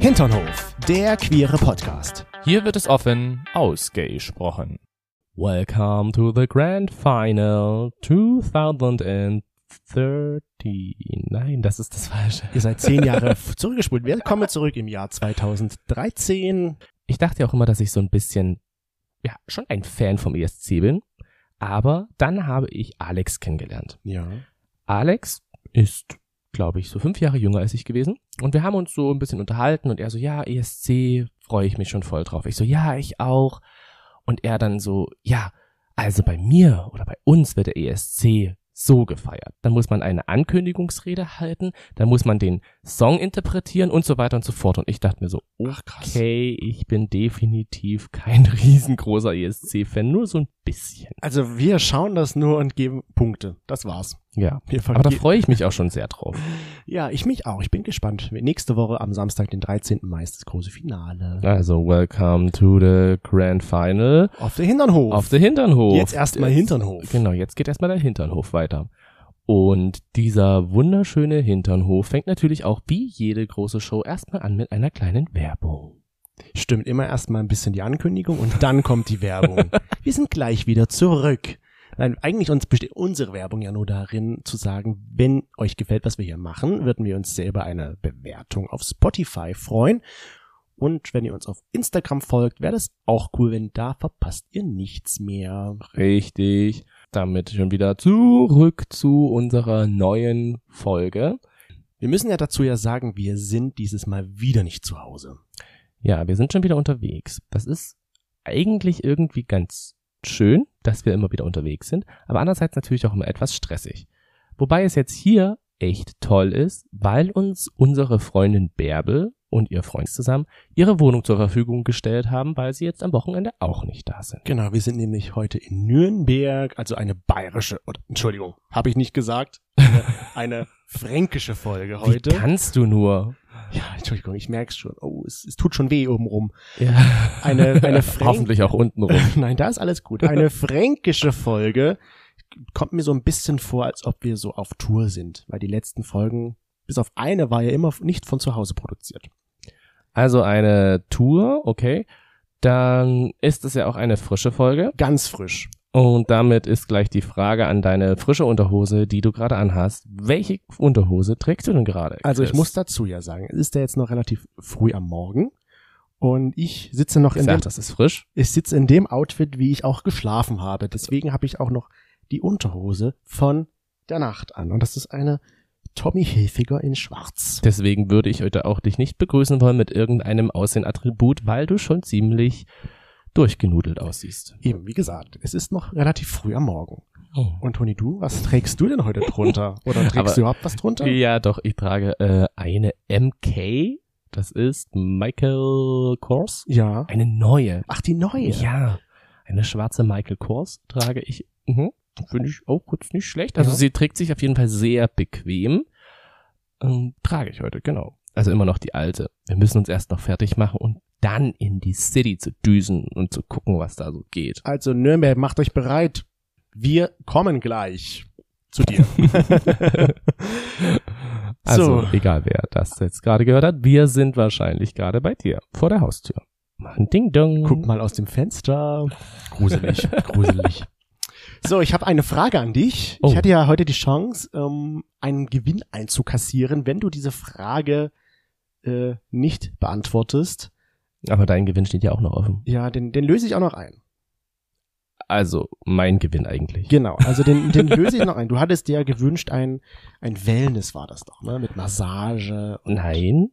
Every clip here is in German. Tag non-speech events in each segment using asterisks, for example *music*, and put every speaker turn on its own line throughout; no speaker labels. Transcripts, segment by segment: Hinternhof, der queere Podcast.
Hier wird es offen ausgesprochen. Welcome to the Grand Final 2013. Nein, das ist das Falsche.
Ihr seid zehn *laughs* Jahre f- zurückgespult. Willkommen zurück im Jahr 2013.
Ich dachte ja auch immer, dass ich so ein bisschen, ja, schon ein Fan vom ESC bin. Aber dann habe ich Alex kennengelernt.
Ja.
Alex ist, glaube ich, so fünf Jahre jünger als ich gewesen. Und wir haben uns so ein bisschen unterhalten und er so, ja, E ESC, freue ich mich schon voll drauf. Ich so, ja, ich auch. Und er dann so, ja, also bei mir oder bei uns wird der ESC so gefeiert. Dann muss man eine Ankündigungsrede halten, dann muss man den Song interpretieren und so weiter und so fort. Und ich dachte mir so,
Ach krass.
okay, ich bin definitiv kein *laughs* riesengroßer ESC-Fan, nur so ein bisschen.
Also wir schauen das nur und geben Punkte. Das war's.
Ja.
Wir
Aber da
verge-
freue ich mich auch schon sehr drauf.
ja, ich mich auch. Ich bin gespannt. Nächste Woche am Samstag, den 13. Mai, ist das große Finale.
Also, welcome to the Grand Final
Auf der Hinternhof.
auf der Hinternhof.
Jetzt erstmal Hinternhof.
Genau, jetzt geht erstmal der Hinternhof weiter. Und dieser wunderschöne Hinternhof fängt natürlich auch wie jede große Show erstmal an mit einer kleinen Werbung.
Stimmt, immer erstmal ein bisschen die Ankündigung und dann kommt die Werbung. Wir sind gleich wieder zurück. Nein, eigentlich uns besteht unsere Werbung ja nur darin zu sagen, wenn euch gefällt, was wir hier machen, würden wir uns sehr über eine Bewertung auf Spotify freuen. Und wenn ihr uns auf Instagram folgt, wäre das auch cool, wenn da verpasst ihr nichts mehr.
Richtig. Damit schon wieder zurück zu unserer neuen Folge.
Wir müssen ja dazu ja sagen, wir sind dieses Mal wieder nicht zu Hause.
Ja, wir sind schon wieder unterwegs. Das ist eigentlich irgendwie ganz schön, dass wir immer wieder unterwegs sind, aber andererseits natürlich auch immer etwas stressig. Wobei es jetzt hier echt toll ist, weil uns unsere Freundin Bärbel und ihr Freund zusammen ihre Wohnung zur Verfügung gestellt haben, weil sie jetzt am Wochenende auch nicht da sind.
Genau, wir sind nämlich heute in Nürnberg, also eine bayerische, oder, Entschuldigung, habe ich nicht gesagt, *laughs* eine, eine fränkische Folge heute.
Wie kannst du nur?
Ja, Entschuldigung, ich merk's schon. Oh, es, es tut schon weh obenrum.
Ja.
Eine, eine Fränk-
Hoffentlich auch unten rum.
*laughs* Nein, da ist alles gut. Eine fränkische Folge kommt mir so ein bisschen vor, als ob wir so auf Tour sind, weil die letzten Folgen, bis auf eine, war ja immer nicht von zu Hause produziert.
Also eine Tour, okay. Dann ist es ja auch eine frische Folge.
Ganz frisch.
Und damit ist gleich die Frage an deine frische Unterhose, die du gerade anhast. Welche Unterhose trägst du denn gerade?
Also ich
Chris?
muss dazu ja sagen, es ist ja jetzt noch relativ früh am Morgen und ich sitze noch
Ich
in dem,
sag, das ist frisch.
ich sitze in dem Outfit, wie ich auch geschlafen habe. Deswegen habe ich auch noch die Unterhose von der Nacht an und das ist eine Tommy Hilfiger in Schwarz.
Deswegen würde ich heute auch dich nicht begrüßen wollen mit irgendeinem Aussehen-Attribut, weil du schon ziemlich durchgenudelt aussiehst.
Eben, wie gesagt, es ist noch relativ früh am Morgen.
Oh.
Und Toni, du, was trägst du denn heute
*laughs*
drunter? Oder trägst
Aber-
du überhaupt was drunter?
Ja, doch, ich trage äh, eine MK. Das ist Michael Kors.
Ja.
Eine neue.
Ach, die neue.
Ja, eine schwarze Michael Kors trage ich. Mhm. Finde ich auch kurz nicht schlecht. Also
Ja.
sie trägt sich auf jeden Fall sehr bequem. Ähm, trage ich heute, genau. Also immer noch die alte. Wir müssen uns erst noch fertig machen und dann in die City zu düsen und zu gucken, was da so
*laughs*
geht. *laughs*
Also Nürnberg, macht euch bereit. Wir kommen gleich zu dir.
Also,
So.
egal wer das jetzt gerade gehört hat, wir sind wahrscheinlich gerade bei dir, vor der Haustür. Machen Ding Dong.
Guck mal aus dem Fenster. *laughs* Gruselig, gruselig. So, ich habe eine Frage an dich.
Oh.
Ich hatte ja heute die Chance, ähm, einen Gewinn einzukassieren, wenn du diese Frage äh, nicht beantwortest.
Aber dein Gewinn steht ja auch noch offen.
Ja, den, den löse ich auch noch ein.
Also, mein Gewinn eigentlich.
Genau, also den, *laughs* den löse ich noch ein. Du hattest dir ja gewünscht, ein, ein Wellness war das doch, ne? Mit Massage. und-
Nein.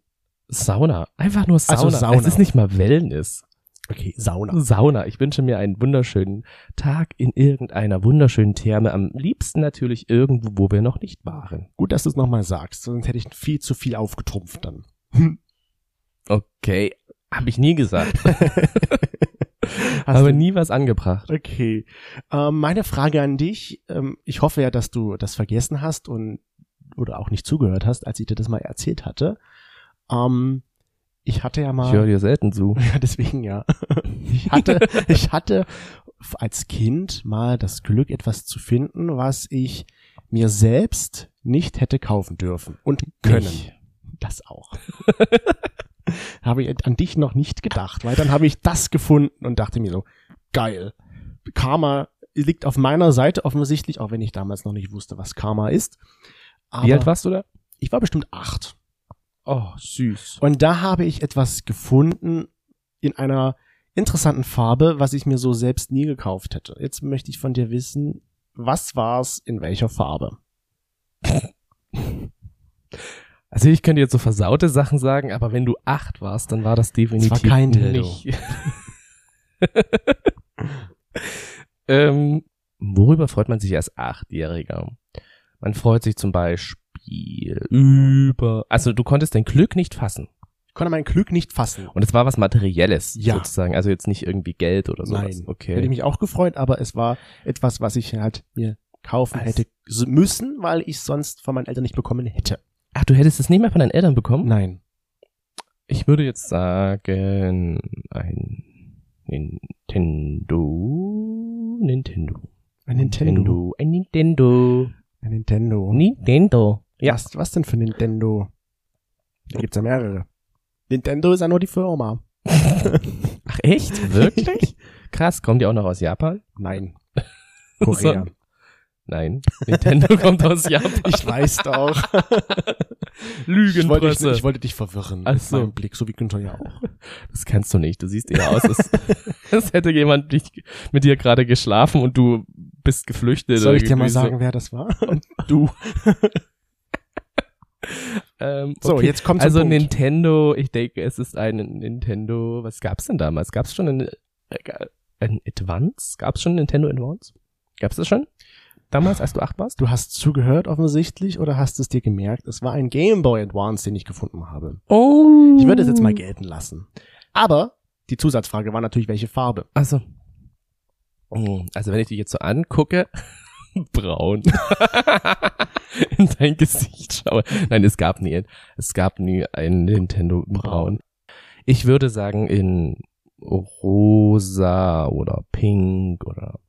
Sauna. Einfach nur Sauna.
Also Sauna.
Es ist nicht mal Wellness.
Okay, Sauna.
Sauna. Ich wünsche mir einen wunderschönen Tag in irgendeiner wunderschönen Therme. Am liebsten natürlich irgendwo, wo wir noch nicht waren.
Gut, dass du es nochmal sagst, sonst hätte ich viel zu viel aufgetrumpft dann.
Okay. Habe ich nie *laughs* gesagt.
Hast
Habe
du-
nie was angebracht.
Okay. Ähm, meine Frage an dich, ähm, ich hoffe ja, dass du das vergessen hast und oder auch nicht zugehört hast, als ich dir das mal erzählt hatte. Ähm, ich hatte ja mal.
Ich höre dir selten zu.
*laughs* Ja, deswegen ja. Ich
*laughs*
hatte, ich hatte f- als Kind mal das Glück, etwas zu finden, was ich mir selbst nicht hätte kaufen dürfen und können.
*laughs* Nicht.
Das auch. Habe ich an dich noch nicht gedacht, weil dann habe ich das gefunden und dachte mir so, geil. Karma liegt auf meiner Seite offensichtlich, auch wenn ich damals noch nicht wusste, was Karma ist. Aber
Wie alt warst du da?
ich war bestimmt acht.
Oh, süß.
Und da habe ich etwas gefunden in einer interessanten Farbe, was ich mir so selbst nie gekauft hätte. Jetzt möchte ich von dir wissen, was war's in welcher Farbe?
Also ich könnte jetzt so versaute Sachen sagen, aber wenn du acht warst, dann war das definitiv
war kein Dildo.
nicht. *laughs* ähm, worüber freut man sich als Achtjähriger? Man freut sich zum Beispiel über. Also du konntest dein Glück nicht fassen.
Ich konnte mein Glück nicht fassen.
Und es war was Materielles
Ja.
sozusagen. Also jetzt nicht irgendwie Geld oder sowas.
Nein.
Okay.
Hätte ich mich auch gefreut, aber es war etwas, was ich halt mir kaufen
Als-
hätte s- müssen, weil ich sonst von meinen Eltern nicht bekommen hätte.
Ach, du hättest es nicht mehr von deinen Eltern bekommen?
Nein.
Ich würde jetzt sagen, ein Nintendo. Nintendo.
Ein Nintendo.
Ein Nintendo.
Ein Nintendo.
Nintendo. Ja.
Was, was denn für Nintendo? Da gibt's ja mehrere. Nintendo ist ja nur die Firma.
Ach echt? Wirklich? Krass, kommt die auch noch aus Japan?
*laughs* Nein.
*laughs*
Korea.
Nein. Nintendo kommt aus Japan.
*laughs* Ich weiß doch. Ich wollte, dich,
Lügenpresse.
ich wollte dich verwirren.
Ach
mit
so.
meinem Blick, so wie Günther ja auch.
Das kannst du nicht. Du siehst eher aus, als, *laughs* als hätte jemand dich, mit dir gerade geschlafen und du bist geflüchtet.
Soll
oder
ich dir mal
irgendwie so.
sagen, wer das war? *laughs* Du.
Ähm, okay.
So, jetzt kommt
Also
zum Punkt.
Nintendo, ich denke, es ist ein Nintendo. Was gab's denn damals? Gab's schon ein, äh, ein Advance? Gab's schon ein Nintendo Advance? Gab's das schon? Damals, als du acht warst?
Du hast zugehört offensichtlich oder hast es dir gemerkt? Es war ein Game Boy Advance, den ich gefunden habe.
Oh.
Ich würde es jetzt mal gelten lassen. Aber die Zusatzfrage war natürlich, welche Farbe?
Also. Oh, Also wenn ich dich jetzt so angucke, *laughs* braun. *laughs* In dein Gesicht schaue. Nein, es gab nie, es gab nie ein Nintendo in braun. Ich würde sagen in rosa oder pink oder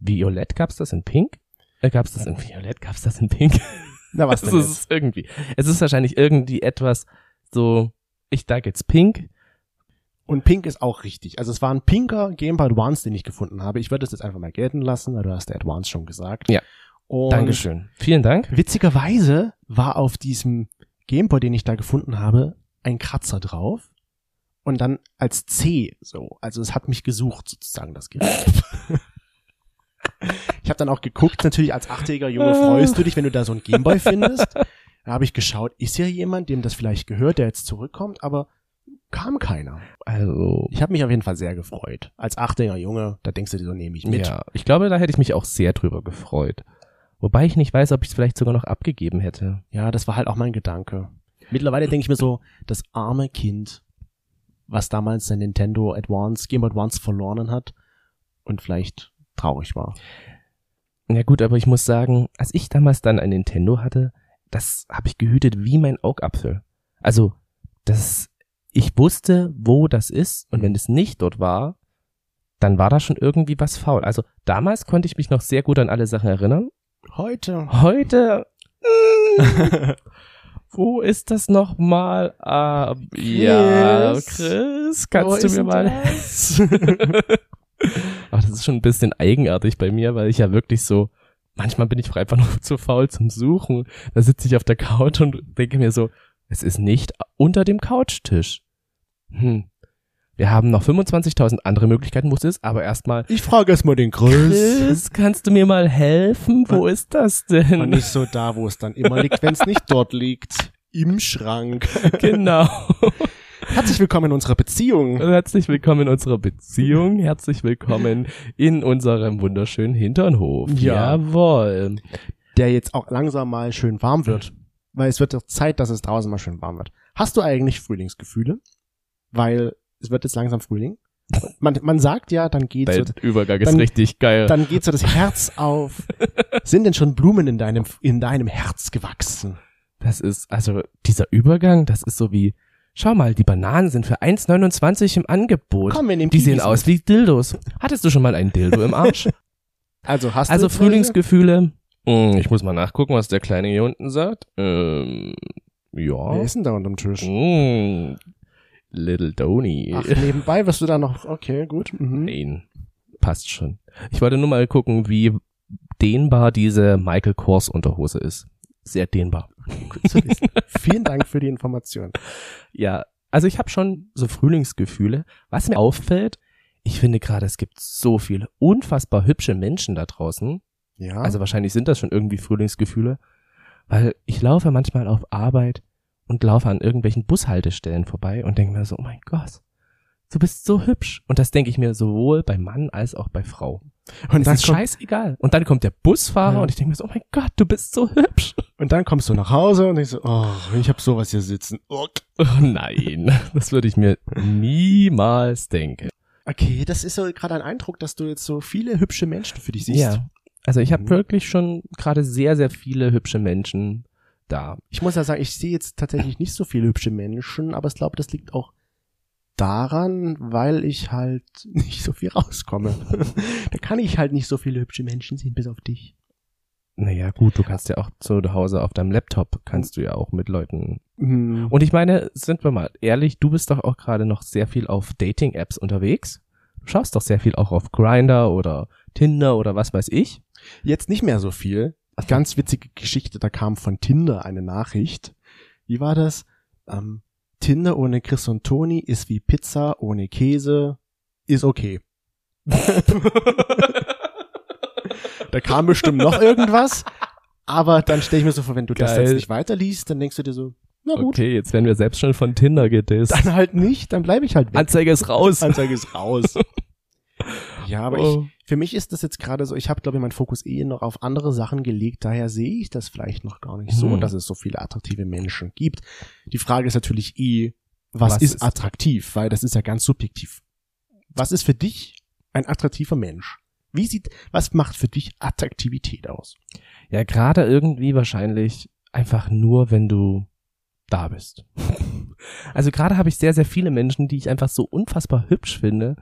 violett gab's das in pink? Äh, gab's das in violett? Gab's das in pink?
Na, *laughs* was
*laughs* es
denn jetzt?
ist irgendwie, es ist wahrscheinlich irgendwie etwas so, ich sag jetzt pink,
Und Pink ist auch richtig. Also es war ein pinker Game Boy Advance, den ich gefunden habe. Ich würde es jetzt einfach mal gelten lassen, weil du hast der Advance schon gesagt.
Ja.
Und
Dankeschön. Vielen Dank.
Witzigerweise war auf diesem Gameboy, den ich da gefunden habe, ein Kratzer drauf. Und dann als C so. Also es hat mich gesucht, sozusagen, das Gerät. ich habe dann auch geguckt, natürlich als achtjähriger Junge freust du dich, wenn du da so ein Gameboy findest. Da habe ich geschaut, ist hier jemand, dem das vielleicht gehört, der jetzt zurückkommt, aber kam keiner.
Also,
Ich habe mich auf jeden Fall sehr gefreut. Als achtjähriger Junge, da denkst du dir so, nehme ich mit.
Ja, ich glaube, da hätte ich mich auch sehr drüber gefreut. Wobei ich nicht weiß, ob ich es vielleicht sogar noch abgegeben hätte.
Ja, das war halt auch mein Gedanke. Mittlerweile denke ich mir so, das arme Kind, was damals sein Nintendo Advance, Game Boy Advance verloren hat und vielleicht traurig war.
Ja gut, aber ich muss sagen, als ich damals dann ein Nintendo hatte, das habe ich gehütet wie mein Augapfel. Also, das, ich wusste, wo das ist und wenn es nicht dort war, dann war da schon irgendwie was faul. Also damals konnte ich mich noch sehr gut an alle Sachen erinnern.
Heute. *laughs*
Heute, mm, wo ist das nochmal? Ah, ja,
Chris,
Chris, kannst du mir mal *laughs* Ach, das ist schon ein bisschen eigenartig bei mir, weil ich ja wirklich so, manchmal bin ich auch einfach *laughs* noch zu faul zum Suchen. Da sitze ich auf der Couch und denke mir so, es ist nicht unter dem Couchtisch. Hm. Wir haben noch 25.000 andere Möglichkeiten, wo es ist, aber erstmal,
Ich frage erst mal den Chris.
Chris, kannst du mir mal helfen? Wo ist das
Und
denn?
nicht so da, wo es dann immer liegt, wenn es nicht dort liegt. Im Schrank.
Genau. *laughs*
Herzlich willkommen in unserer Beziehung.
Herzlich willkommen in unserer Beziehung. Herzlich willkommen in unserem wunderschönen Hinternhof.
Ja.
Jawohl.
Der jetzt auch langsam mal schön warm wird. Weil es wird doch Zeit, dass es draußen mal schön warm wird. Hast du eigentlich Frühlingsgefühle? Weil es wird jetzt langsam Frühling. Man, man sagt ja, dann geht so,
Der Übergang ist
dann-
richtig geil.
dann geht so das Herz
*laughs*
auf. Sind denn schon Blumen in deinem, in deinem Herz gewachsen?
Das ist, also dieser Übergang, das ist so wie, schau mal, die Bananen sind für 1,29 im Angebot.
Komm, wir nehmen
die sehen
Kiwis
aus wie Dildos. Hattest du schon mal einen Dildo im
*laughs*
Arsch?
mit. Also hast
also
du
Frühlingsgefühle. Hm, Ich muss mal nachgucken, was der Kleine hier unten sagt. Ähm, ja. Oh
Wer ist denn da unterm Tisch?
Hm, Little Donny.
Ach, nebenbei wirst du da noch, okay, gut. Mhm.
Nein, passt schon. Ich wollte nur mal gucken, wie dehnbar diese Michael Kors Unterhose ist. Sehr dehnbar.
Gut zu wissen. Vielen Dank für die Information.
Ja, also ich habe schon so Frühlingsgefühle. Was mir auffällt, ich finde gerade, es gibt so viele unfassbar hübsche Menschen da draußen.
Ja,
Also wahrscheinlich sind das schon irgendwie Frühlingsgefühle, weil ich laufe manchmal auf Arbeit und laufe an irgendwelchen Bushaltestellen vorbei und denke mir so, oh mein Gott, du bist so hübsch. Und das denke ich mir sowohl bei Mann als auch bei Frau.
und
Es
dann,
ist
komm,
scheißegal. Und dann kommt der Busfahrer
Ja.
und ich denke mir so, oh mein Gott, du bist so hübsch.
und dann kommst du nach Hause und ich so, oh, ich habe sowas hier sitzen. Uck.
*laughs* Oh nein, das würde ich mir niemals denken.
Okay, das ist so gerade ein Eindruck, dass du jetzt so viele hübsche Menschen für dich siehst.
Ja. Also ich habe
Mhm.
wirklich schon gerade sehr, sehr viele hübsche Menschen da.
Ich muss ja sagen, ich sehe jetzt tatsächlich nicht so viele hübsche Menschen, aber ich glaube, das liegt auch daran, weil ich halt *laughs* nicht so viel rauskomme. da kann ich halt nicht so viele hübsche Menschen sehen, bis auf dich.
Naja, gut, du kannst ja auch zu Hause auf deinem Laptop, kannst du ja auch mit Leuten
Hm.
Und ich meine, sind wir mal ehrlich, du bist doch auch gerade noch sehr viel auf Dating-Apps unterwegs. Du schaust doch sehr viel auch auf Grinder oder Tinder oder was weiß ich.
Jetzt nicht mehr so viel. Ganz witzige Geschichte, da kam von Tinder eine Nachricht. Wie war das? Ähm, Tinder ohne Chris und Toni ist wie Pizza ohne Käse, ist *laughs* okay. da kam bestimmt noch irgendwas, aber dann stelle ich mir so vor, wenn du das
Geil.
jetzt nicht weiterliest, dann denkst du dir so, na gut,
Okay, jetzt werden wir selbst schon von Tinder gedisst.
dann halt nicht, dann bleibe ich halt weg.
Anzeige ist raus.
Anzeige ist raus. *laughs* ja, aber ich,
Oh.
für mich ist das jetzt gerade so, ich habe, glaube ich, meinen Fokus eh noch auf andere Sachen gelegt, daher sehe ich das vielleicht noch gar nicht so,
Hm.
dass es so viele attraktive Menschen gibt. Die Frage ist natürlich eh, was,
Was
ist
ist-
attraktiv? Weil das ist ja ganz subjektiv. Was ist für dich ein attraktiver Mensch? Wie sieht, was macht für dich Attraktivität aus?
Ja, gerade irgendwie wahrscheinlich einfach nur, wenn du da bist. *laughs* Also gerade habe ich sehr, sehr viele Menschen, die ich einfach so unfassbar hübsch finde,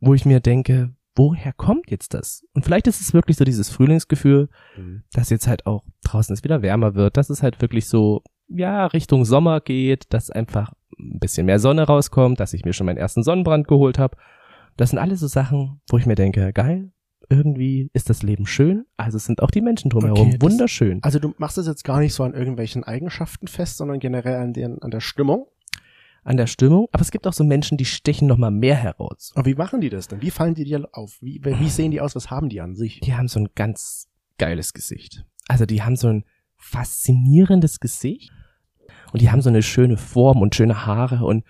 wo ich mir denke, woher kommt jetzt das? Und vielleicht ist es wirklich so dieses Frühlingsgefühl, dass jetzt halt auch draußen es wieder wärmer wird, dass es halt wirklich so, ja, Richtung Sommer geht, dass einfach ein bisschen mehr Sonne rauskommt, dass ich mir schon meinen ersten Sonnenbrand geholt habe. Das sind alles so Sachen, wo ich mir denke, geil, irgendwie ist das Leben schön, also sind auch die Menschen drumherum
Okay, das-
wunderschön.
Also du machst das jetzt gar nicht so an irgendwelchen Eigenschaften fest, sondern generell an, den, an der Stimmung.
An der Stimmung, aber es gibt auch so Menschen, die stechen nochmal mehr heraus.
Aber wie machen die das denn? Wie fallen die dir auf? Wie, wie sehen die aus? Was haben die an sich?
Die haben so ein ganz geiles Gesicht. Also die haben so ein faszinierendes Gesicht und die haben so eine schöne Form und schöne Haare und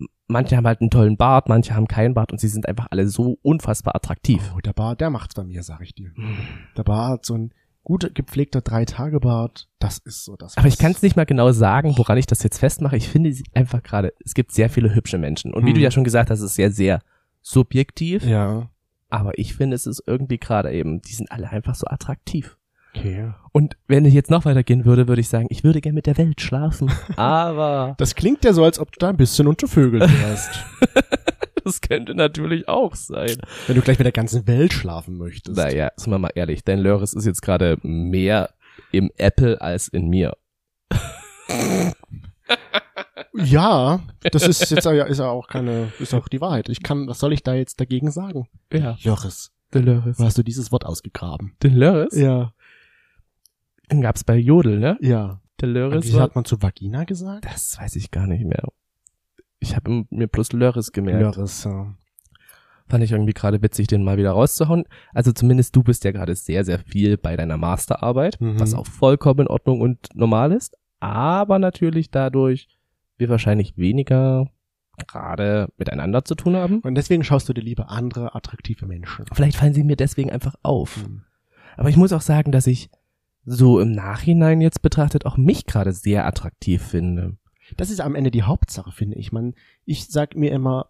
m- manche haben halt einen tollen Bart, manche haben keinen Bart und sie sind einfach alle so unfassbar attraktiv.
Oh, der Bart, der macht's bei mir, sag ich dir. Der Bart, so ein gut gepflegter Drei-Tage-Bart, das ist so das.
Aber ich
was-
kann es nicht mal genau sagen, woran ich das jetzt festmache. Ich finde sie einfach gerade, es gibt sehr viele hübsche Menschen. Und wie
Hm.
du ja schon gesagt hast, es ist ja sehr subjektiv.
Ja,
Aber ich finde, es ist irgendwie gerade eben, die sind alle einfach so attraktiv.
okay.
Und wenn ich jetzt noch weitergehen würde, würde ich sagen, ich würde gern mit der Welt *laughs* schlafen. Aber
Das klingt ja so, als ob du da ein bisschen *laughs* untervögelt wärst.
*laughs* Das könnte natürlich auch sein.
wenn du gleich mit der ganzen Welt schlafen möchtest.
Naja, sind wir mal ehrlich, Dan Lörres ist jetzt gerade mehr im Apple als in mir.
Ja, das ist jetzt ja, ist ja auch keine, ist auch die Wahrheit. Ich kann, was soll ich da jetzt dagegen sagen?
Ja,
Joris,
Dan Lörres.
wo hast du dieses Wort ausgegraben?
Dan Lörres?
Ja.
Den gab's bei Jodel, ne?
Ja.
Dan
Und
Lörres
Wie
war,
hat man zu Vagina gesagt?
Das weiß ich gar nicht mehr. Ich habe mir bloß Lörres gemerkt.
Joris, ja.
Fand ich irgendwie gerade witzig, den mal wieder rauszuhauen. Also zumindest du bist ja gerade sehr, sehr viel bei deiner Masterarbeit,
Mhm.
was auch vollkommen in Ordnung und normal ist. Aber natürlich dadurch wir wahrscheinlich weniger gerade miteinander zu tun haben.
Und deswegen schaust du dir lieber andere attraktive Menschen. Hm.
Vielleicht fallen sie mir deswegen einfach auf.
Mhm.
Aber ich muss auch sagen, dass ich so im Nachhinein jetzt betrachtet auch mich gerade sehr attraktiv finde.
Das ist am Ende die Hauptsache, finde ich. Man, ich sag mir immer,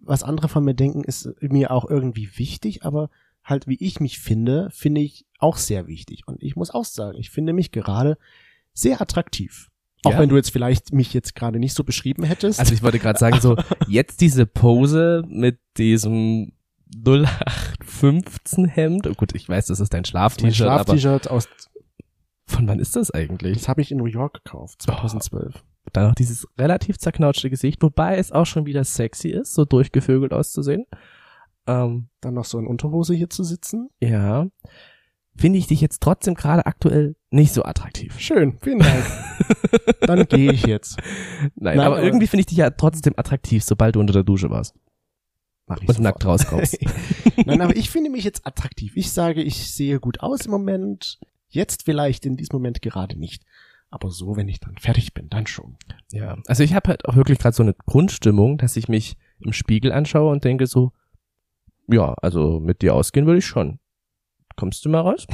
was andere von mir denken, ist mir auch irgendwie wichtig, aber halt wie ich mich finde, finde ich auch sehr wichtig. Und ich muss auch sagen, ich finde mich gerade sehr attraktiv. Auch
Ja.
wenn du jetzt vielleicht mich jetzt gerade nicht so beschrieben hättest.
Also ich wollte gerade sagen, so jetzt diese Pose mit diesem 0815 Hemd. Oh gut, ich weiß, das ist dein
mein
Schlaf-T-Shirt, aber
Schlaf-T-Shirt aus,
von wann ist das eigentlich?
das habe ich in New York gekauft, 2012.
Dann noch dieses relativ zerknautschte Gesicht, wobei es auch schon wieder sexy ist, so durchgevögelt auszusehen. Ähm,
Dann noch so in Unterhose hier zu sitzen.
ja. Finde ich dich jetzt trotzdem gerade aktuell nicht so attraktiv.
Schön, vielen
*laughs*
Dank. Dann gehe ich jetzt.
Nein,
Nein,
aber,
aber-
irgendwie finde ich dich ja trotzdem attraktiv, sobald du unter der Dusche warst
Mach ich
und
sofort.
nackt *laughs* rauskommst.
Nein, aber ich finde mich jetzt attraktiv. Ich sage, ich sehe gut aus im Moment. Jetzt vielleicht, in diesem Moment gerade nicht. Aber so, wenn ich dann fertig bin, dann *laughs* schon.
ja. Also ich habe halt auch wirklich gerade so eine Grundstimmung, dass ich mich im Spiegel anschaue und denke so, ja, also mit dir ausgehen würde ich schon. Kommst du mal raus?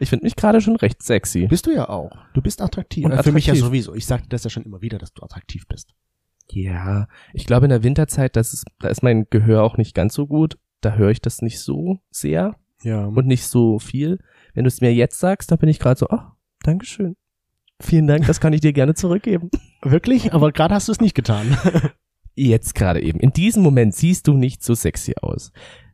ich finde mich gerade schon recht sexy.
Bist du ja auch. Du bist attraktiv. Äh,
Und
Für mich ja
attraktiv.
sowieso. Ich sagte das ja schon immer wieder, dass du attraktiv bist.
Ja, ich glaube in der Winterzeit, das ist, da ist mein Gehör auch nicht ganz so gut. Da höre ich das nicht so sehr
Ja.
und nicht so viel. Wenn du es mir jetzt sagst, dann bin ich gerade so, ach, Dankeschön. Vielen Dank, das kann ich dir gerne zurückgeben.
wirklich? Aber gerade hast du es nicht getan.
Jetzt gerade eben. In diesem Moment siehst du nicht so sexy aus.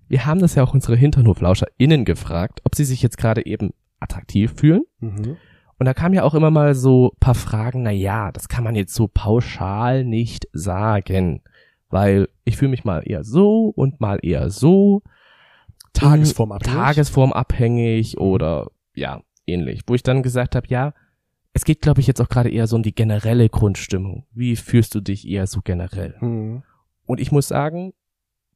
Wir haben das ja auch unsere HinternhoflauscherInnen gefragt, ob sie sich jetzt gerade eben attraktiv fühlen.
Mhm.
Und da kam ja auch immer mal so paar Fragen, na ja, das kann man jetzt so pauschal nicht sagen, weil ich fühle mich mal eher so und mal eher so, Mm,
Tagesform abhängig.
tagesformabhängig oder ja, ähnlich, wo ich dann gesagt habe, ja, es geht glaube ich jetzt auch gerade eher so um die generelle Grundstimmung. Wie fühlst du dich eher so generell?
Mhm.
Und ich muss sagen,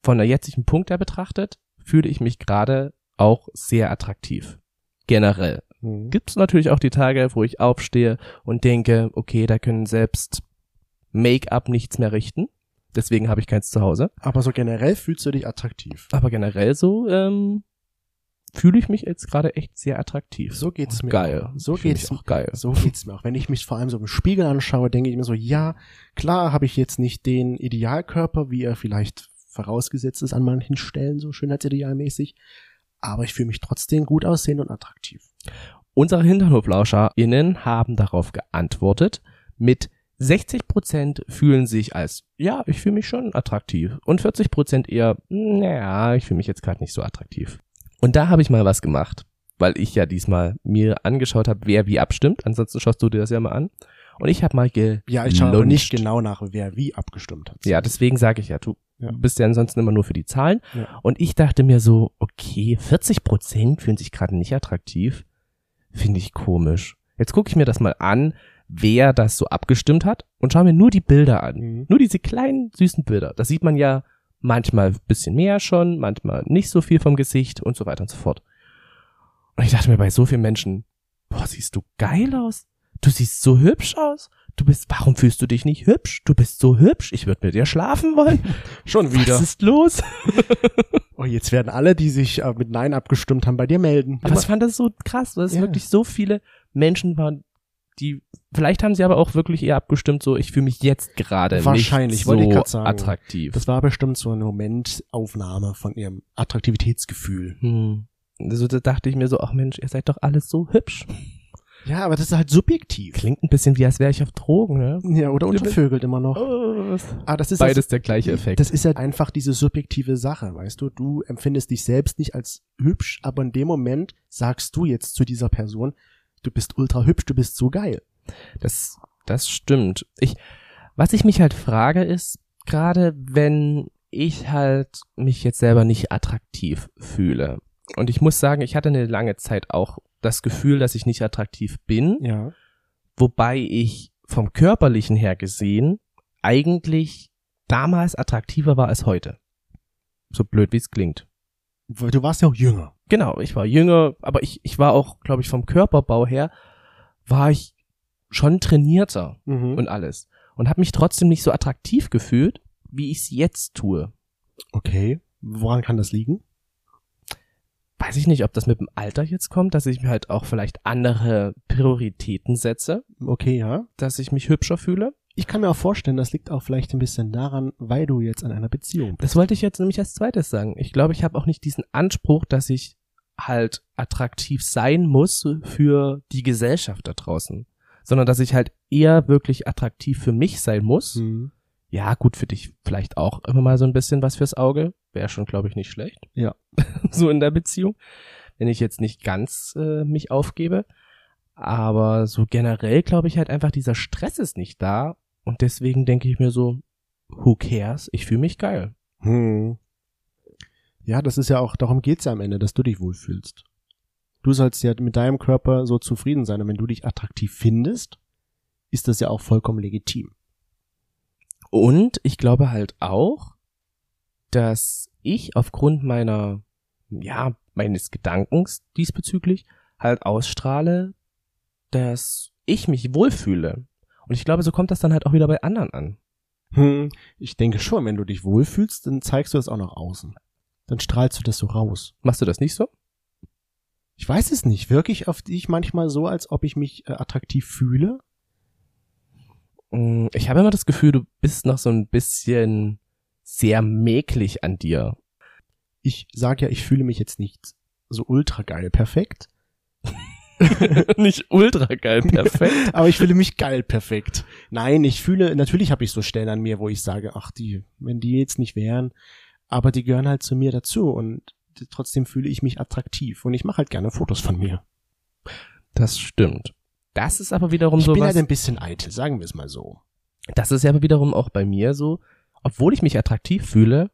von der jetzigen Punkt her betrachtet, fühle ich mich gerade auch sehr attraktiv. Generell
Mhm.
gibt es natürlich auch die Tage, wo ich aufstehe und denke, okay, da können selbst Make-up nichts mehr richten. Deswegen habe ich keins zu Hause.
Aber so generell fühlst du dich attraktiv.
Aber generell so ähm, fühle ich mich jetzt gerade echt sehr attraktiv.
So geht's mir.
geil.
auch. So
Ich fühle
geht's
mich auch geil.
So geht's mir auch. Wenn ich mich vor allem so im Spiegel anschaue, denke ich mir so, ja, klar habe ich jetzt nicht den Idealkörper, wie er vielleicht vorausgesetzt ist an manchen Stellen, so schönheitsidealmäßig, aber ich fühle mich trotzdem gut aussehen und attraktiv.
Unsere HinternhoflauscherInnen haben darauf geantwortet mit 60% fühlen sich als, ja, ich fühle mich schon attraktiv. Und 40% eher, naja, ich fühle mich jetzt gerade nicht so attraktiv. Und da habe ich mal was gemacht, weil ich ja diesmal mir angeschaut habe, wer wie abstimmt. Ansonsten schaust du dir das ja mal an. Und ich habe mal ge...
Ja, ich schaue aber nicht
Lunscht.
genau nach, wer wie abgestimmt hat.
Ja, deswegen sage ich ja, du
Ja.
bist ja ansonsten immer nur für die Zahlen.
Ja.
Und ich dachte mir so, okay, 40 Prozent fühlen sich gerade nicht attraktiv. Finde ich komisch. Jetzt gucke ich mir das mal an, wer das so abgestimmt hat und schaue mir nur die Bilder an.
Mhm.
Nur diese kleinen, süßen Bilder. Das sieht man ja manchmal ein bisschen mehr schon, manchmal nicht so viel vom Gesicht und so weiter und so fort. Und ich dachte mir bei so vielen Menschen, boah, siehst du geil aus. Du siehst so hübsch aus. Du bist, warum fühlst du dich nicht hübsch? Du bist so hübsch. Ich würde mit dir
*laughs*
schlafen wollen.
Schon
Was ist los?
Oh, jetzt werden alle, die sich äh, mit Nein abgestimmt haben, bei dir melden.
Aber ich fand das so krass, weil es
Ja.
wirklich so viele Menschen waren, die vielleicht haben sie aber auch wirklich eher abgestimmt, so ich fühle mich jetzt gerade
Wahrscheinlich,
nicht so
wollte ich grad sagen.
attraktiv.
das war bestimmt so eine Momentaufnahme von ihrem Attraktivitätsgefühl.
hm. Also da dachte ich mir so, ach Mensch, ihr seid doch alles so hübsch.
Ja, aber das ist halt subjektiv.
Klingt ein bisschen wie, als wäre ich auf Drogen, ne?
Ja, oder untervögelt immer noch.
Oh,
Ah, das ist ja
Beides der gleiche Effekt.
Das ist ja einfach diese subjektive Sache, weißt du? Du empfindest dich selbst nicht als hübsch, aber in dem Moment sagst du jetzt zu dieser Person, du bist ultra hübsch, du bist so geil.
Das, das stimmt. Ich, was ich mich halt frage, ist, gerade wenn ich halt mich jetzt selber nicht attraktiv fühle. Und ich muss sagen, ich hatte eine lange Zeit auch das Gefühl, dass ich nicht attraktiv bin,
Ja.
wobei ich vom körperlichen her gesehen eigentlich damals attraktiver war als heute. So blöd, wie es klingt.
Weil du warst ja auch jünger.
Genau, ich war jünger, aber ich, ich war auch, glaube ich, vom Körperbau her, war ich schon trainierter
Mhm.
und alles. Und habe mich trotzdem nicht so attraktiv gefühlt, wie ich es jetzt tue.
okay. Woran kann das liegen?
Weiß ich nicht, ob das mit dem Alter jetzt kommt, dass ich mir halt auch vielleicht andere Prioritäten setze,
Okay, ja.
dass ich mich hübscher fühle.
Ich kann mir auch vorstellen, das liegt auch vielleicht ein bisschen daran, weil du jetzt in einer Beziehung bist.
Das wollte ich jetzt nämlich als zweites sagen. Ich glaube, ich habe auch nicht diesen Anspruch, dass ich halt attraktiv sein muss für die Gesellschaft da draußen, sondern dass ich halt eher wirklich attraktiv für mich sein muss.
Mhm.
Ja, gut, für dich vielleicht auch immer mal so ein bisschen was fürs Auge. Wäre schon, glaube ich, nicht schlecht.
Ja.
*laughs* so in der Beziehung. Wenn ich jetzt nicht ganz äh, mich aufgebe. Aber so generell glaube ich halt einfach, dieser Stress ist nicht da. Und deswegen denke ich mir so, who cares? Ich fühle mich geil.
Hm. Ja, das ist ja auch, darum geht's ja am Ende, dass du dich wohlfühlst. Du sollst ja mit deinem Körper so zufrieden sein. Und wenn du dich attraktiv findest, ist das ja auch vollkommen legitim.
Und ich glaube halt auch, dass ich aufgrund meiner, ja, meines Gedankens diesbezüglich halt ausstrahle, dass ich mich wohlfühle. Und ich glaube, so kommt das dann halt auch wieder bei anderen an.
Hm, ich denke schon, wenn du dich wohlfühlst, dann zeigst du das auch nach außen. Dann strahlst du das so raus.
Machst du das nicht so?
Ich weiß es nicht. Wirklich auf dich manchmal so, als ob ich mich äh, attraktiv fühle?
Mm, Ich habe immer das Gefühl, du bist noch so ein bisschen sehr mäklig an dir.
Ich sag ja, ich fühle mich jetzt nicht so ultra geil perfekt,
*laughs* nicht ultra *laughs* geil, perfekt.
aber ich fühle mich geil perfekt. Nein, ich fühle, natürlich habe ich so Stellen an mir, wo ich sage, ach die, wenn die jetzt nicht wären, aber die gehören halt zu mir dazu und trotzdem fühle ich mich attraktiv und ich mache halt gerne Fotos von mir.
Das stimmt. Das ist aber wiederum
ich
so
bin
was.
halt ein bisschen eitel, sagen wir es mal so.
das ist ja aber wiederum auch bei mir so, obwohl ich mich attraktiv fühle,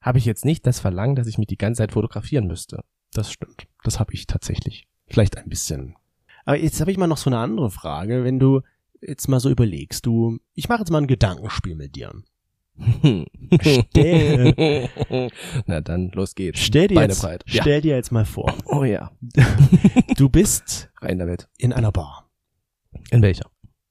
habe ich jetzt nicht das Verlangen, dass ich mich die ganze Zeit fotografieren müsste.
Das stimmt. Das habe ich tatsächlich. Vielleicht ein bisschen. Aber jetzt habe ich mal noch so eine andere Frage, wenn du jetzt mal so überlegst, du, ich mache jetzt mal ein Gedankenspiel mit dir. *laughs* Stell-
*laughs* Na dann, los geht's.
Stell dir,
Beine
jetzt,
breit. Ja.
stell dir jetzt mal vor,
Oh ja,
du bist
rein damit.
in einer Bar.
In welcher?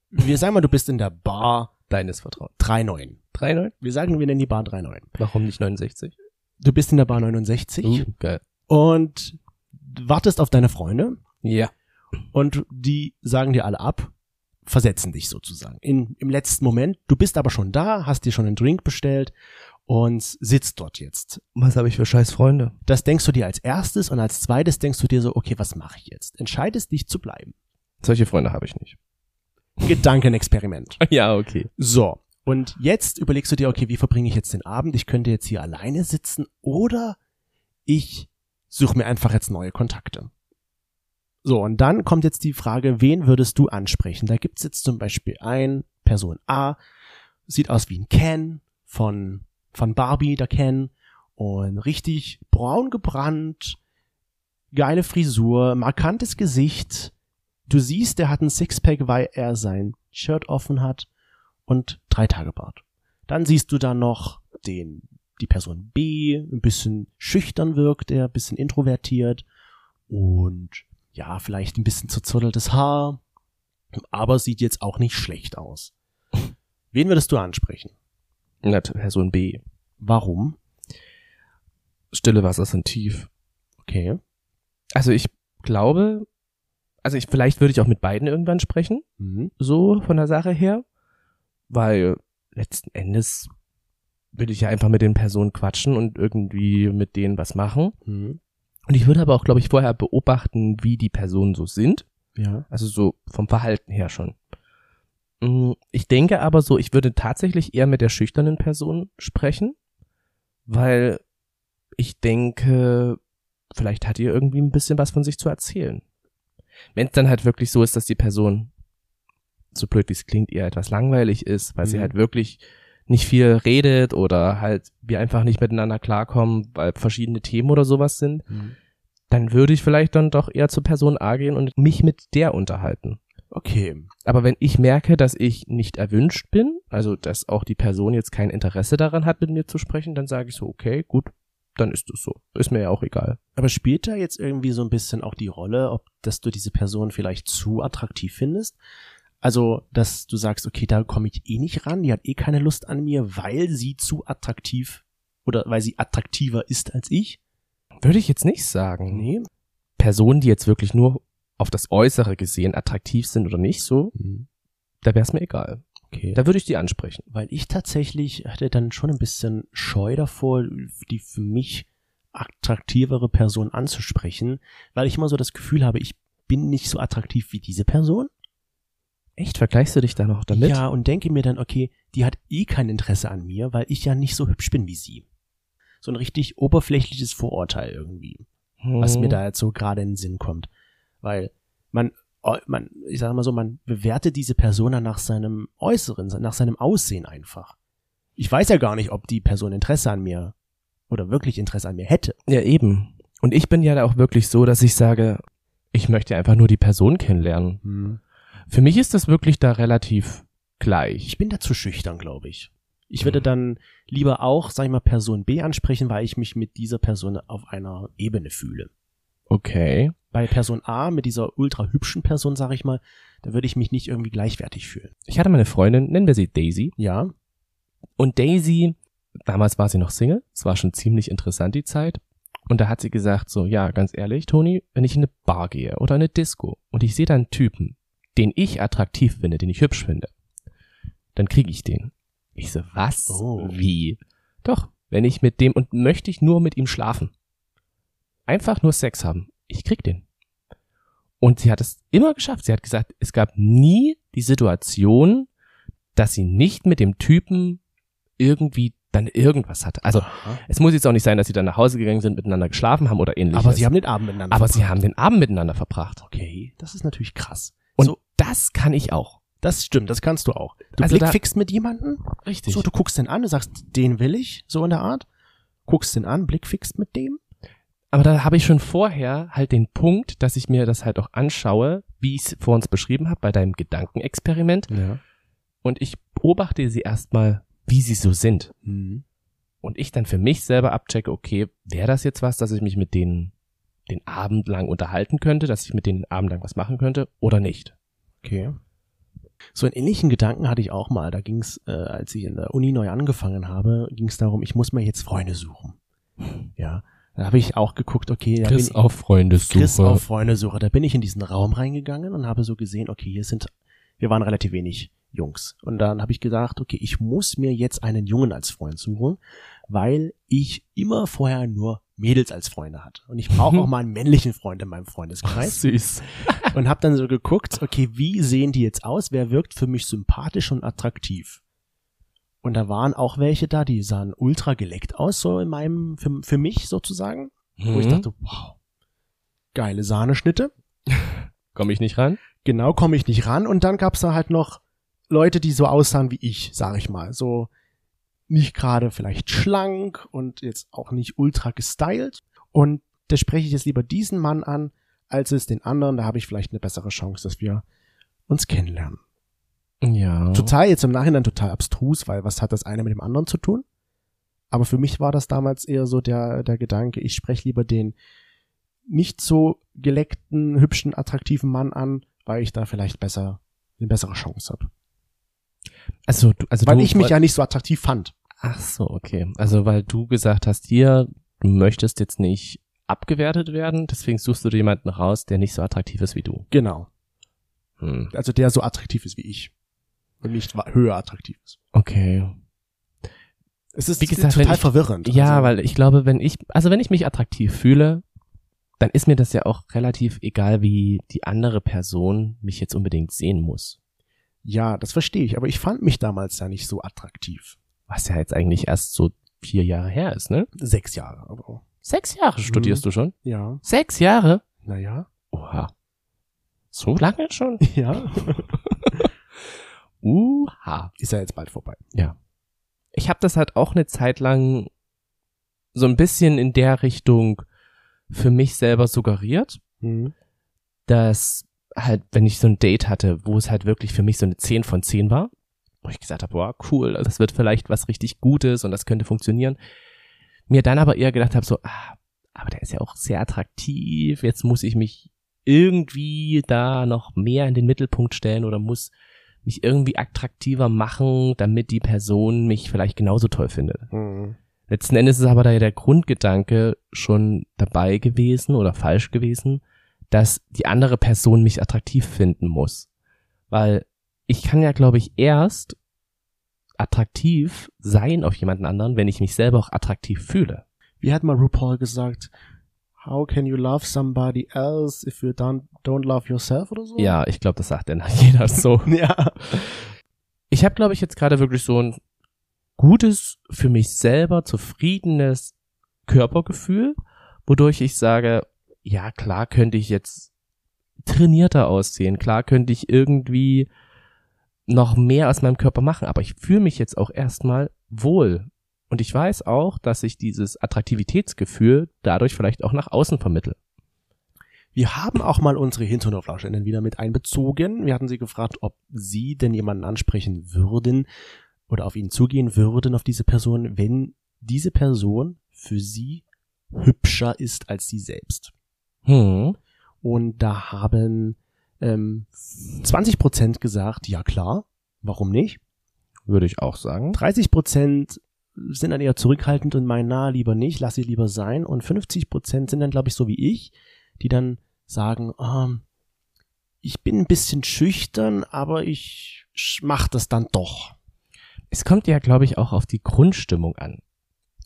Wir sagen mal, du bist in der Bar
Deines Vertrauen.
39.
3,9?
Wir sagen, wir nennen die Bar 39.
Warum nicht 69?
Du bist in der Bar 69
Uh, geil.
und wartest auf deine Freunde
Ja.
und die sagen dir alle ab, versetzen dich sozusagen in, im letzten Moment. Du bist aber schon da, hast dir schon einen Drink bestellt und sitzt dort jetzt.
Was habe ich für scheiß Freunde?
Das denkst du dir als erstes und als zweites denkst du dir so, okay, was mache ich jetzt? Entscheidest dich zu bleiben.
Solche Freunde habe ich nicht.
Gedankenexperiment.
*laughs* Ja, okay.
So. Und jetzt überlegst du dir, okay, wie verbringe ich jetzt den Abend? Ich könnte jetzt hier alleine sitzen oder ich suche mir einfach jetzt neue Kontakte. So, und dann kommt jetzt die Frage, wen würdest du ansprechen? Da gibt's jetzt zum Beispiel ein Person A, sieht aus wie ein Ken von, von Barbie, der Ken, und richtig braun gebrannt, geile Frisur, markantes Gesicht. Du siehst, der hat ein Sixpack, weil er sein Shirt offen hat und drei Tage Bart. Dann siehst du dann noch den, die Person B, ein bisschen schüchtern wirkt er, ein bisschen introvertiert und ja, vielleicht ein bisschen zerzotteltes Haar, aber sieht jetzt auch nicht schlecht aus. Wen würdest du ansprechen?
Na, Person B.
Warum?
Stille Wasser sind tief.
Okay.
Also ich glaube, also ich, vielleicht würde ich auch mit beiden irgendwann sprechen,
Mhm.
so von der Sache her, weil letzten Endes würde ich ja einfach mit den Personen quatschen und irgendwie mit denen was machen.
Mhm.
Und ich würde aber auch, glaube ich, vorher beobachten, wie die Personen so sind.
Ja.
Also so vom Verhalten her schon. Mm, Ich denke aber so, ich würde tatsächlich eher mit der schüchternen Person sprechen, weil ich denke, vielleicht hat ihr irgendwie ein bisschen was von sich zu erzählen. Wenn es dann halt wirklich so ist, dass die Person, so blöd wie es klingt, eher etwas langweilig ist, weil sie
Mhm.
halt wirklich nicht viel redet oder halt wir einfach nicht miteinander klarkommen, weil verschiedene Themen oder sowas sind, dann würde ich vielleicht dann doch eher zur Person A gehen und mich mit der unterhalten.
Okay.
Aber wenn ich merke, dass ich nicht erwünscht bin, also dass auch die Person jetzt kein Interesse daran hat, mit mir zu sprechen, dann sage ich so, okay, gut, dann ist es so. Ist mir ja auch egal.
Aber spielt da jetzt irgendwie so ein bisschen auch die Rolle, ob dass du diese Person vielleicht zu attraktiv findest? Also, dass du sagst, okay, da komme ich eh nicht ran, die hat eh keine Lust an mir, weil sie zu attraktiv oder weil sie attraktiver ist als ich?
Würde ich jetzt nicht sagen. Personen, die jetzt wirklich nur auf das Äußere gesehen attraktiv sind oder nicht, so, da wäre es mir egal.
Okay.
Da würde ich die ansprechen.
Weil ich tatsächlich hatte dann schon ein bisschen Scheu davor, die für mich attraktivere Person anzusprechen, weil ich immer so das Gefühl habe, ich bin nicht so attraktiv wie diese Person.
Echt? Vergleichst du dich da noch damit?
Ja, und denke mir dann, okay, die hat eh kein Interesse an mir, weil ich ja nicht so hübsch bin wie sie. So ein richtig oberflächliches Vorurteil irgendwie,
Hm.
was mir da jetzt so gerade in den Sinn kommt. Weil man äh, man, ich sage mal so, man bewertet diese Persona nach seinem Äußeren, nach seinem Aussehen einfach. Ich weiß ja gar nicht, ob die Person Interesse an mir oder wirklich Interesse an mir hätte.
Ja, eben. Und ich bin ja da auch wirklich so, dass ich sage, ich möchte einfach nur die Person kennenlernen. Für mich ist das wirklich da relativ gleich.
Ich bin da zu schüchtern, glaube ich. Ich würde dann lieber auch, sag ich mal, Person B ansprechen, weil ich mich mit dieser Person auf einer Ebene fühle.
Okay.
Bei Person A, mit dieser ultra hübschen Person, sag ich mal, da würde ich mich nicht irgendwie gleichwertig fühlen.
Ich hatte meine Freundin, nennen wir sie Daisy.
Ja,
Und Daisy, damals war sie noch Single, es war schon ziemlich interessant die Zeit. Und da hat sie gesagt, so, ja, ganz ehrlich, Toni, wenn ich in eine Bar gehe oder in eine Disco und ich sehe da einen Typen, den ich attraktiv finde, den ich hübsch finde, dann kriege ich den. Ich so, was?
Oh.
Wie? Doch, wenn ich mit dem und möchte ich nur mit ihm schlafen. Einfach nur Sex haben. Ich krieg den. Und sie hat es immer geschafft. Sie hat gesagt, es gab nie die Situation, dass sie nicht mit dem Typen irgendwie dann irgendwas hatte. Also es muss jetzt auch nicht sein, dass sie dann nach Hause gegangen sind, miteinander geschlafen haben oder ähnliches.
aber sie haben den Abend miteinander.
aber sie
verbracht.
haben den Abend miteinander verbracht.
Okay, das ist natürlich krass.
Und
so,
das kann ich auch.
das stimmt, das kannst du auch. Du
Also da-
blickfixst mit jemandem,
Richtig.
so, du guckst den an, du sagst, den will ich, so in der Art. Guckst den an, blickfixst mit dem.
Aber da habe ich schon vorher halt den Punkt, dass ich mir das halt auch anschaue, wie ich es vor uns beschrieben habe, bei deinem Gedankenexperiment.
Ja.
Und ich beobachte sie erstmal, wie sie so sind.
Mhm.
Und ich dann für mich selber abchecke, okay, wäre das jetzt was, dass ich mich mit denen den Abend lang unterhalten könnte, dass ich mit denen den Abend lang was machen könnte oder nicht.
Okay. So einen ähnlichen Gedanken hatte ich auch mal. Da ging es, äh, als ich in der Uni neu angefangen habe, ging es darum, ich muss mir jetzt Freunde suchen. Ja. Da habe ich auch geguckt, okay, da bin ich,
auf Freundessuche.
Chris auf Freundesuche. Da bin ich in diesen Raum reingegangen und habe so gesehen, okay, hier sind, wir waren relativ wenig Jungs. Und dann habe ich gedacht, okay, ich muss mir jetzt einen Jungen als Freund suchen, weil ich immer vorher nur Mädels als Freunde hatte. Und ich brauche auch mal einen männlichen Freund in meinem Freundeskreis.
Süß.
Und habe dann so geguckt, okay, wie sehen die jetzt aus? Wer wirkt für mich sympathisch und attraktiv? Und da waren auch welche da, die sahen ultra geleckt aus, so in meinem, für, für mich sozusagen. Wo ich dachte, wow, geile Sahneschnitte.
komme ich nicht ran?
Genau, komme ich nicht ran. Und dann gab's da halt noch Leute, die so aussahen wie ich, sag ich mal. So nicht gerade vielleicht schlank und jetzt auch nicht ultra gestylt. Und da spreche ich jetzt lieber diesen Mann an, als es den anderen. Da habe ich vielleicht eine bessere Chance, dass wir uns kennenlernen.
Ja.
Total, jetzt im Nachhinein total abstrus, weil was hat das eine mit dem anderen zu tun? Aber für mich war das damals eher so der, der Gedanke, ich spreche lieber den nicht so geleckten, hübschen, attraktiven Mann an, weil ich da vielleicht besser, eine bessere Chance habe.
Also, du, also
Weil
du,
ich mich ja nicht so attraktiv fand.
Ach so, okay. Also weil du gesagt hast, hier, du möchtest jetzt nicht abgewertet werden, deswegen suchst du dir jemanden raus, der nicht so attraktiv ist wie du.
Genau.
Hm.
Also der so attraktiv ist wie ich. Und nicht wa- höher attraktiv ist.
Okay.
Es ist
Wie gesagt, wenn
total
ich-
verwirrend.
Ja,
Also,
weil ich glaube, wenn ich, also wenn ich mich attraktiv fühle, dann ist mir das ja auch relativ egal, wie die andere Person mich jetzt unbedingt sehen muss.
ja, das verstehe ich. Aber ich fand mich damals ja nicht so attraktiv.
Was ja jetzt eigentlich erst so vier Jahre her ist, ne?
Sechs Jahre. Aber,
Sechs Jahre studierst du schon?
ja,
Mhm. Sechs Jahre?
naja.
Oha. So lange *laughs* schon?
Ja.
Uha.
Ist ja jetzt bald vorbei.
ich habe das halt auch eine Zeit lang so ein bisschen in der Richtung für mich selber suggeriert,
Mhm.
dass halt, wenn ich so ein Date hatte, wo es halt wirklich für mich so eine 10 von 10 war, wo ich gesagt habe, boah, cool, also das wird vielleicht was richtig Gutes und das könnte funktionieren, mir dann aber eher gedacht habe, so, ah, aber der ist ja auch sehr attraktiv, jetzt muss ich mich irgendwie da noch mehr in den Mittelpunkt stellen oder muss mich irgendwie attraktiver machen, damit die Person mich vielleicht genauso toll findet. Letzten Endes ist aber da ja der Grundgedanke schon dabei gewesen oder falsch gewesen, dass die andere Person mich attraktiv finden muss. Weil ich kann ja, glaube ich, erst attraktiv sein auf jemanden anderen, wenn ich mich selber auch attraktiv fühle.
Wie hat mal RuPaul gesagt? How can you love somebody else if you don't, don't love yourself oder so?
Ja, ich glaube, das sagt dann *laughs* jeder so.
*laughs* Ja.
Ich habe, glaube ich, jetzt gerade wirklich so ein gutes, für mich selber zufriedenes Körpergefühl, wodurch ich sage, ja klar könnte ich jetzt trainierter aussehen. Klar könnte ich irgendwie noch mehr aus meinem Körper machen, aber ich fühle mich jetzt auch erstmal wohl. Und ich weiß auch, dass ich dieses Attraktivitätsgefühl dadurch vielleicht auch nach außen vermittle.
Wir haben auch mal unsere Hinterhoflauscherinnen wieder mit einbezogen. Wir hatten sie gefragt, ob sie denn jemanden ansprechen würden oder auf ihn zugehen würden, auf diese Person, wenn diese Person für sie hübscher ist als sie selbst.
Hm.
Und da haben ähm, 20 Prozent gesagt, ja klar, warum nicht?
Würde ich auch sagen.
30 Prozent sind dann eher zurückhaltend und meinen, na, lieber nicht, lass sie lieber sein. Und 50 Prozent sind dann, glaube ich, so wie ich, die dann sagen, ähm, ich bin ein bisschen schüchtern, aber ich sch- mach das dann doch.
Es kommt ja, glaube ich, auch auf die Grundstimmung an.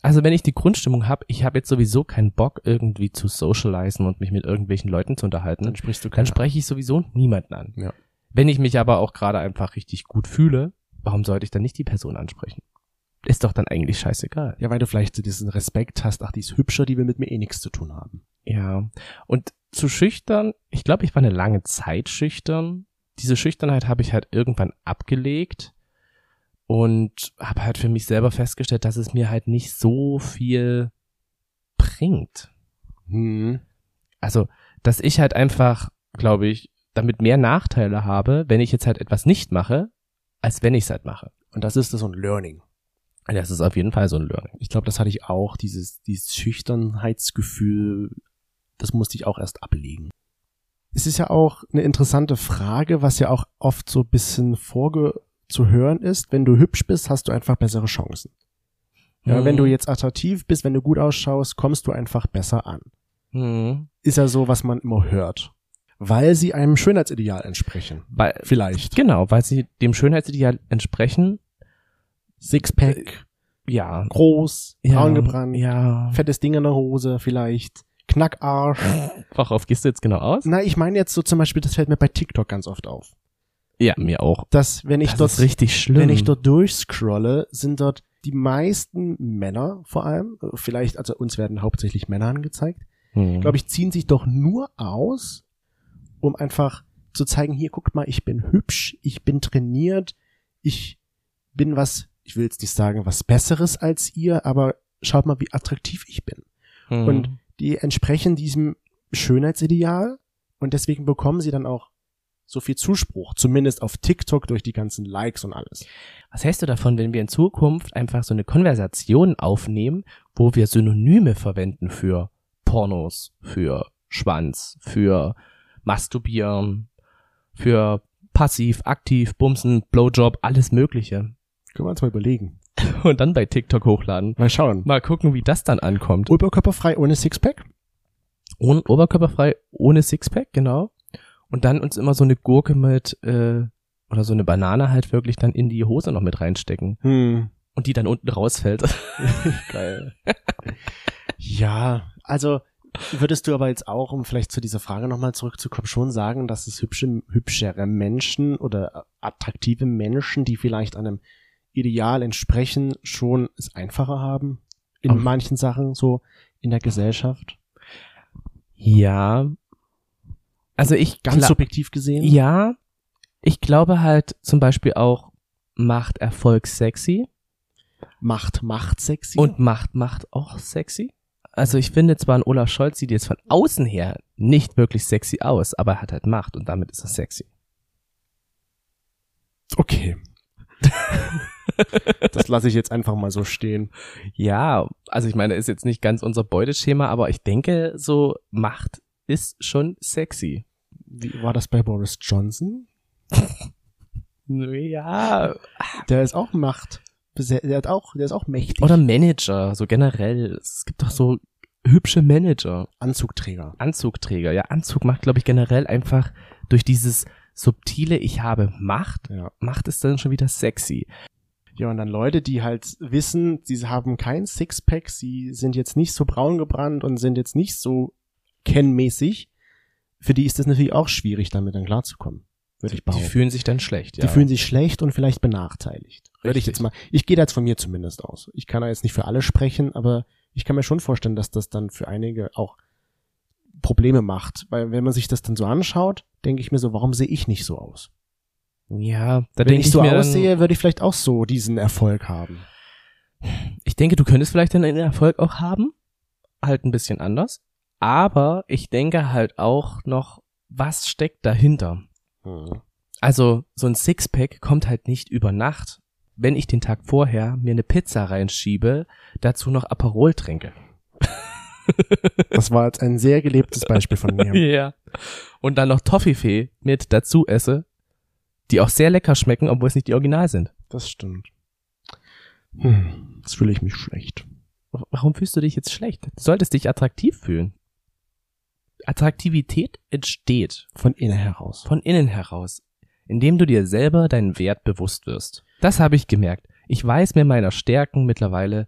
Also wenn ich die Grundstimmung habe, ich habe jetzt sowieso keinen Bock, irgendwie zu socialisen und mich mit irgendwelchen Leuten zu unterhalten,
Ne? Dann sprichst du
dann
keinen
spreche ich sowieso niemanden an.
Ja.
Wenn ich mich aber auch gerade einfach richtig gut fühle, warum sollte ich dann nicht die Person ansprechen? Ist doch dann eigentlich scheißegal.
Ja, weil du vielleicht so diesen Respekt hast, ach, die ist hübscher, die will mit mir eh nichts zu tun haben.
Ja. Und zu schüchtern, ich glaube, ich war eine lange Zeit schüchtern. Diese Schüchternheit habe ich halt irgendwann abgelegt und habe halt für mich selber festgestellt, dass es mir halt nicht so viel bringt.
Hm.
Also, dass ich halt einfach, glaube ich, damit mehr Nachteile habe, wenn ich jetzt halt etwas nicht mache, als wenn ich es halt mache.
Und das ist so ein Learning.
Das ist auf jeden Fall so ein Learning.
Ich glaube, das hatte ich auch, dieses, dieses Schüchternheitsgefühl, das musste ich auch erst ablegen. Es ist ja auch eine interessante Frage, was ja auch oft so ein bisschen vorzuhören ist. Wenn du hübsch bist, hast du einfach bessere Chancen. Ja,
Mhm.
Wenn du jetzt attraktiv bist, wenn du gut ausschaust, kommst du einfach besser an.
Mhm.
Ist ja so, was man immer hört. Weil sie einem Schönheitsideal entsprechen.
Weil,
Vielleicht.
genau, weil sie dem Schönheitsideal entsprechen.
Sixpack,
Ja.
groß,
ja
braun gebrannt,
Ja.
fettes Ding in der Hose vielleicht, Knackarsch. *laughs*
Worauf gehst du jetzt genau aus?
Na, ich meine jetzt so zum Beispiel, das fällt mir bei TikTok ganz oft auf.
Ja, mir auch.
Dass, wenn ich
das ist
dort,
richtig schlimm.
wenn ich dort durchscrolle, sind dort die meisten Männer vor allem, äh, vielleicht, also uns werden hauptsächlich Männer angezeigt,
hm.
glaube ich, ziehen sich doch nur aus, um einfach zu zeigen, hier, guckt mal, ich bin hübsch, ich bin trainiert, ich bin was, ich will jetzt nicht sagen, was Besseres als ihr, aber schaut mal, wie attraktiv ich bin.
hm.
und- die entsprechen diesem Schönheitsideal und deswegen bekommen sie dann auch so viel Zuspruch, zumindest auf TikTok durch die ganzen Likes und alles.
was hältst du davon, wenn wir in Zukunft einfach so eine Konversation aufnehmen, wo wir Synonyme verwenden für Pornos, für Schwanz, für Masturbieren, für passiv, aktiv, Bumsen, Blowjob, alles Mögliche. *laughs*
Können wir uns mal überlegen.
Und dann bei TikTok hochladen.
Mal schauen.
Mal gucken, wie das dann ankommt.
Oberkörperfrei ohne Sixpack?
ohne Oberkörperfrei, ohne Sixpack, genau. Und dann uns immer so eine Gurke mit äh, oder so eine Banane halt wirklich dann in die Hose noch mit reinstecken
Hm,
und die dann unten rausfällt. *laughs*
geil. *laughs* ja, also würdest du aber jetzt auch, um vielleicht zu dieser Frage nochmal zurückzukommen, schon sagen, dass es hübsche, hübschere Menschen oder attraktive Menschen, die vielleicht einem Ideal entsprechen, schon es einfacher haben? In
Auf-
manchen Sachen so in der Gesellschaft?
Ja. Also ich
Ganz
gla-
subjektiv gesehen?
ja, ich glaube halt zum Beispiel auch macht Erfolg sexy
Macht, macht sexy?
und macht macht auch sexy. Also ich finde zwar ein Olaf Scholz sieht jetzt von außen her nicht wirklich sexy aus, aber er hat halt Macht und damit ist er sexy.
okay. *laughs* das lasse ich jetzt einfach mal so stehen.
Ja, also ich meine, ist jetzt nicht ganz unser Beuteschema, aber ich denke, so Macht ist schon sexy.
Wie war das bei Boris Johnson?
Ja.
Der ist auch Macht. Der, hat auch, der ist auch mächtig.
Oder Manager, so generell. Es gibt doch so hübsche Manager,
Anzugträger.
Anzugträger. Ja, Anzug macht, glaube ich, generell einfach durch dieses subtile Ich habe Macht,
Ja.
macht es dann schon wieder sexy.
ja, und dann Leute, die halt wissen, sie haben kein Sixpack, sie sind jetzt nicht so braun gebrannt und sind jetzt nicht so kennmäßig. Für die ist das natürlich auch schwierig, damit dann klarzukommen. Würde Also ich
Die
behaupten.
fühlen sich dann schlecht, ja.
Die fühlen sich schlecht und vielleicht benachteiligt. Würde ich
Richtig.
jetzt mal. Ich gehe da jetzt von mir zumindest aus. Ich kann da jetzt nicht für alle sprechen, aber ich kann mir schon vorstellen, dass das dann für einige auch Probleme macht. Weil wenn man sich das dann so anschaut, denke ich mir so, warum sehe ich nicht so aus?
Ja, da
Wenn
denke
ich
ich
so
mir dann-
aussehe, würde ich vielleicht auch so diesen Erfolg haben.
ich denke, du könntest vielleicht einen Erfolg auch haben, halt ein bisschen anders, aber ich denke halt auch noch, was steckt dahinter?
Hm.
Also so ein Sixpack kommt halt nicht über Nacht, wenn ich den Tag vorher mir eine Pizza reinschiebe, dazu noch Aperol trinke.
Das war jetzt ein sehr gelebtes Beispiel von
*laughs*
mir.
Ja. Und dann noch Toffifee mit dazu esse, die auch sehr lecker schmecken, obwohl es nicht die Original sind.
Das stimmt. Hm, jetzt fühle ich mich schlecht.
Warum fühlst du dich jetzt schlecht? Du solltest dich attraktiv fühlen. Attraktivität entsteht
Von innen heraus.
von innen heraus, indem du dir selber deinen Wert bewusst wirst. Das habe ich gemerkt. Ich weiß mir meiner Stärken mittlerweile,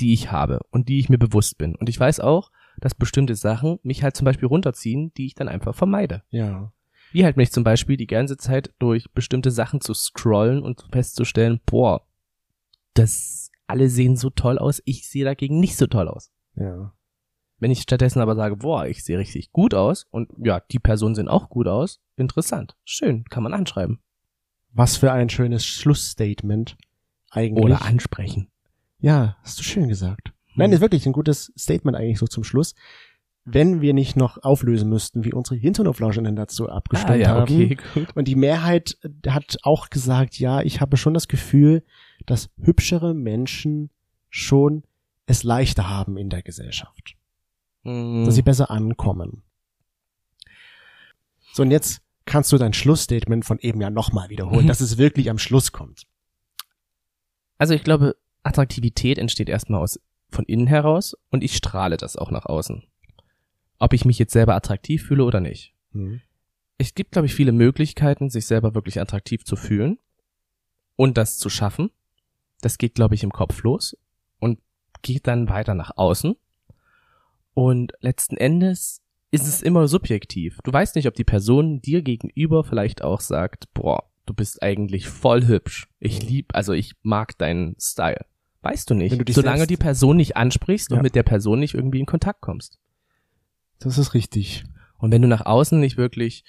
die ich habe und die ich mir bewusst bin. Und ich weiß auch, dass bestimmte Sachen mich halt zum Beispiel runterziehen, die ich dann einfach vermeide.
Ja.
Wie halt mich zum Beispiel die ganze Zeit durch bestimmte Sachen zu scrollen und festzustellen, boah, das alle sehen so toll aus, ich sehe dagegen nicht so toll aus.
Ja.
Wenn ich stattdessen aber sage, boah, ich sehe richtig gut aus und ja, die Personen sehen auch gut aus, interessant, schön, kann man anschreiben.
Was für ein schönes Schlussstatement. Eigentlich.
Oder ansprechen.
Ja, hast du schön gesagt.
Hm.
Nein, ist wirklich ein gutes Statement eigentlich so zum Schluss. Wenn wir nicht noch auflösen müssten, wie unsere Hinterhoflauschenden dazu
Ah,
abgestimmt haben.
*laughs* gut.
Und die Mehrheit hat auch gesagt, ja, ich habe schon das Gefühl, dass hübschere Menschen schon es leichter haben in der Gesellschaft.
Mhm.
Dass
Also Hm.
sie besser ankommen. So, und jetzt kannst du dein Schlussstatement von eben ja nochmal wiederholen,
Mhm.
dass es wirklich am Schluss kommt.
Also ich glaube, Attraktivität entsteht erstmal aus von innen heraus und ich strahle das auch nach außen. Ob ich mich jetzt selber attraktiv fühle oder nicht. Es gibt, glaube ich, viele Möglichkeiten, sich selber wirklich attraktiv zu fühlen und das zu schaffen. Das geht, glaube ich, im Kopf los und geht dann weiter nach außen. Und letzten Endes ist es immer subjektiv. Du weißt nicht, ob die Person dir gegenüber vielleicht auch sagt, boah, du bist eigentlich voll hübsch. Ich lieb, also ich mag deinen Style. Weißt du nicht,
Wenn du dich
solange
selbst-
die Person nicht ansprichst
Ja.
und mit der Person nicht irgendwie in Kontakt kommst.
Das ist richtig.
Und wenn du nach außen nicht wirklich,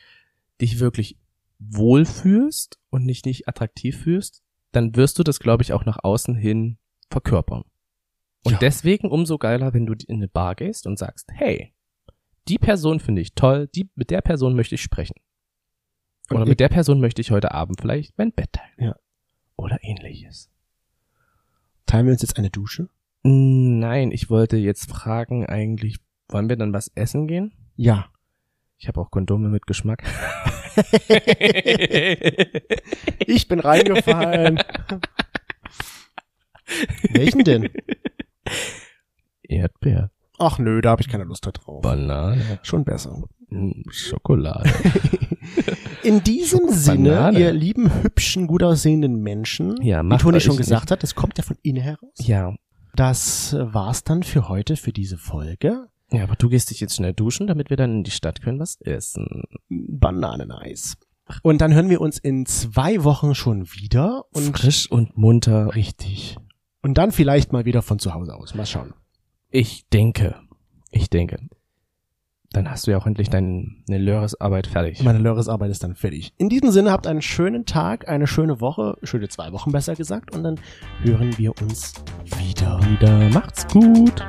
dich wirklich wohl fühlst und nicht, nicht attraktiv fühlst, dann wirst du das, glaube ich, auch nach außen hin verkörpern. Und
Ja.
deswegen umso geiler, wenn du in eine Bar gehst und sagst, hey, die Person finde ich toll, die, mit der Person möchte ich sprechen.
Und
Oder
ich-
mit der Person möchte ich heute Abend vielleicht mein Bett teilen.
Ja.
Oder ähnliches.
Teilen wir uns jetzt eine Dusche?
Nein, ich wollte jetzt fragen eigentlich, wollen wir dann was essen gehen?
Ja.
Ich habe auch Kondome mit *laughs* Geschmack.
Ich bin reingefallen.
*laughs*
Welchen denn?
Erdbeer,
Ach nö, da habe ich keine Lust drauf.
Banane,
Schon besser.
mm, Schokolade.
In diesem Sinne,
Banane.
ihr lieben, hübschen, gut aussehenden Menschen,
Ja,
wie
macht
Toni
euch
schon
nicht-
gesagt hat, das kommt ja von innen heraus.
ja.
Das war's dann für heute, für diese Folge.
Ja, aber du gehst dich jetzt schnell duschen, damit wir dann in die Stadt können was essen.
Bananeneis. Und dann hören wir uns in zwei Wochen schon wieder und,
Frisch und munter. Richtig.
und dann vielleicht mal wieder von zu Hause aus. Mal schauen.
Ich denke. Ich denke. Dann hast du ja auch endlich deine Löresarbeit fertig.
Meine Lörres-Arbeit ist dann fertig. In diesem Sinne habt einen schönen Tag, eine schöne Woche, schöne zwei Wochen besser gesagt und dann hören wir uns wieder.
Wieder macht's gut.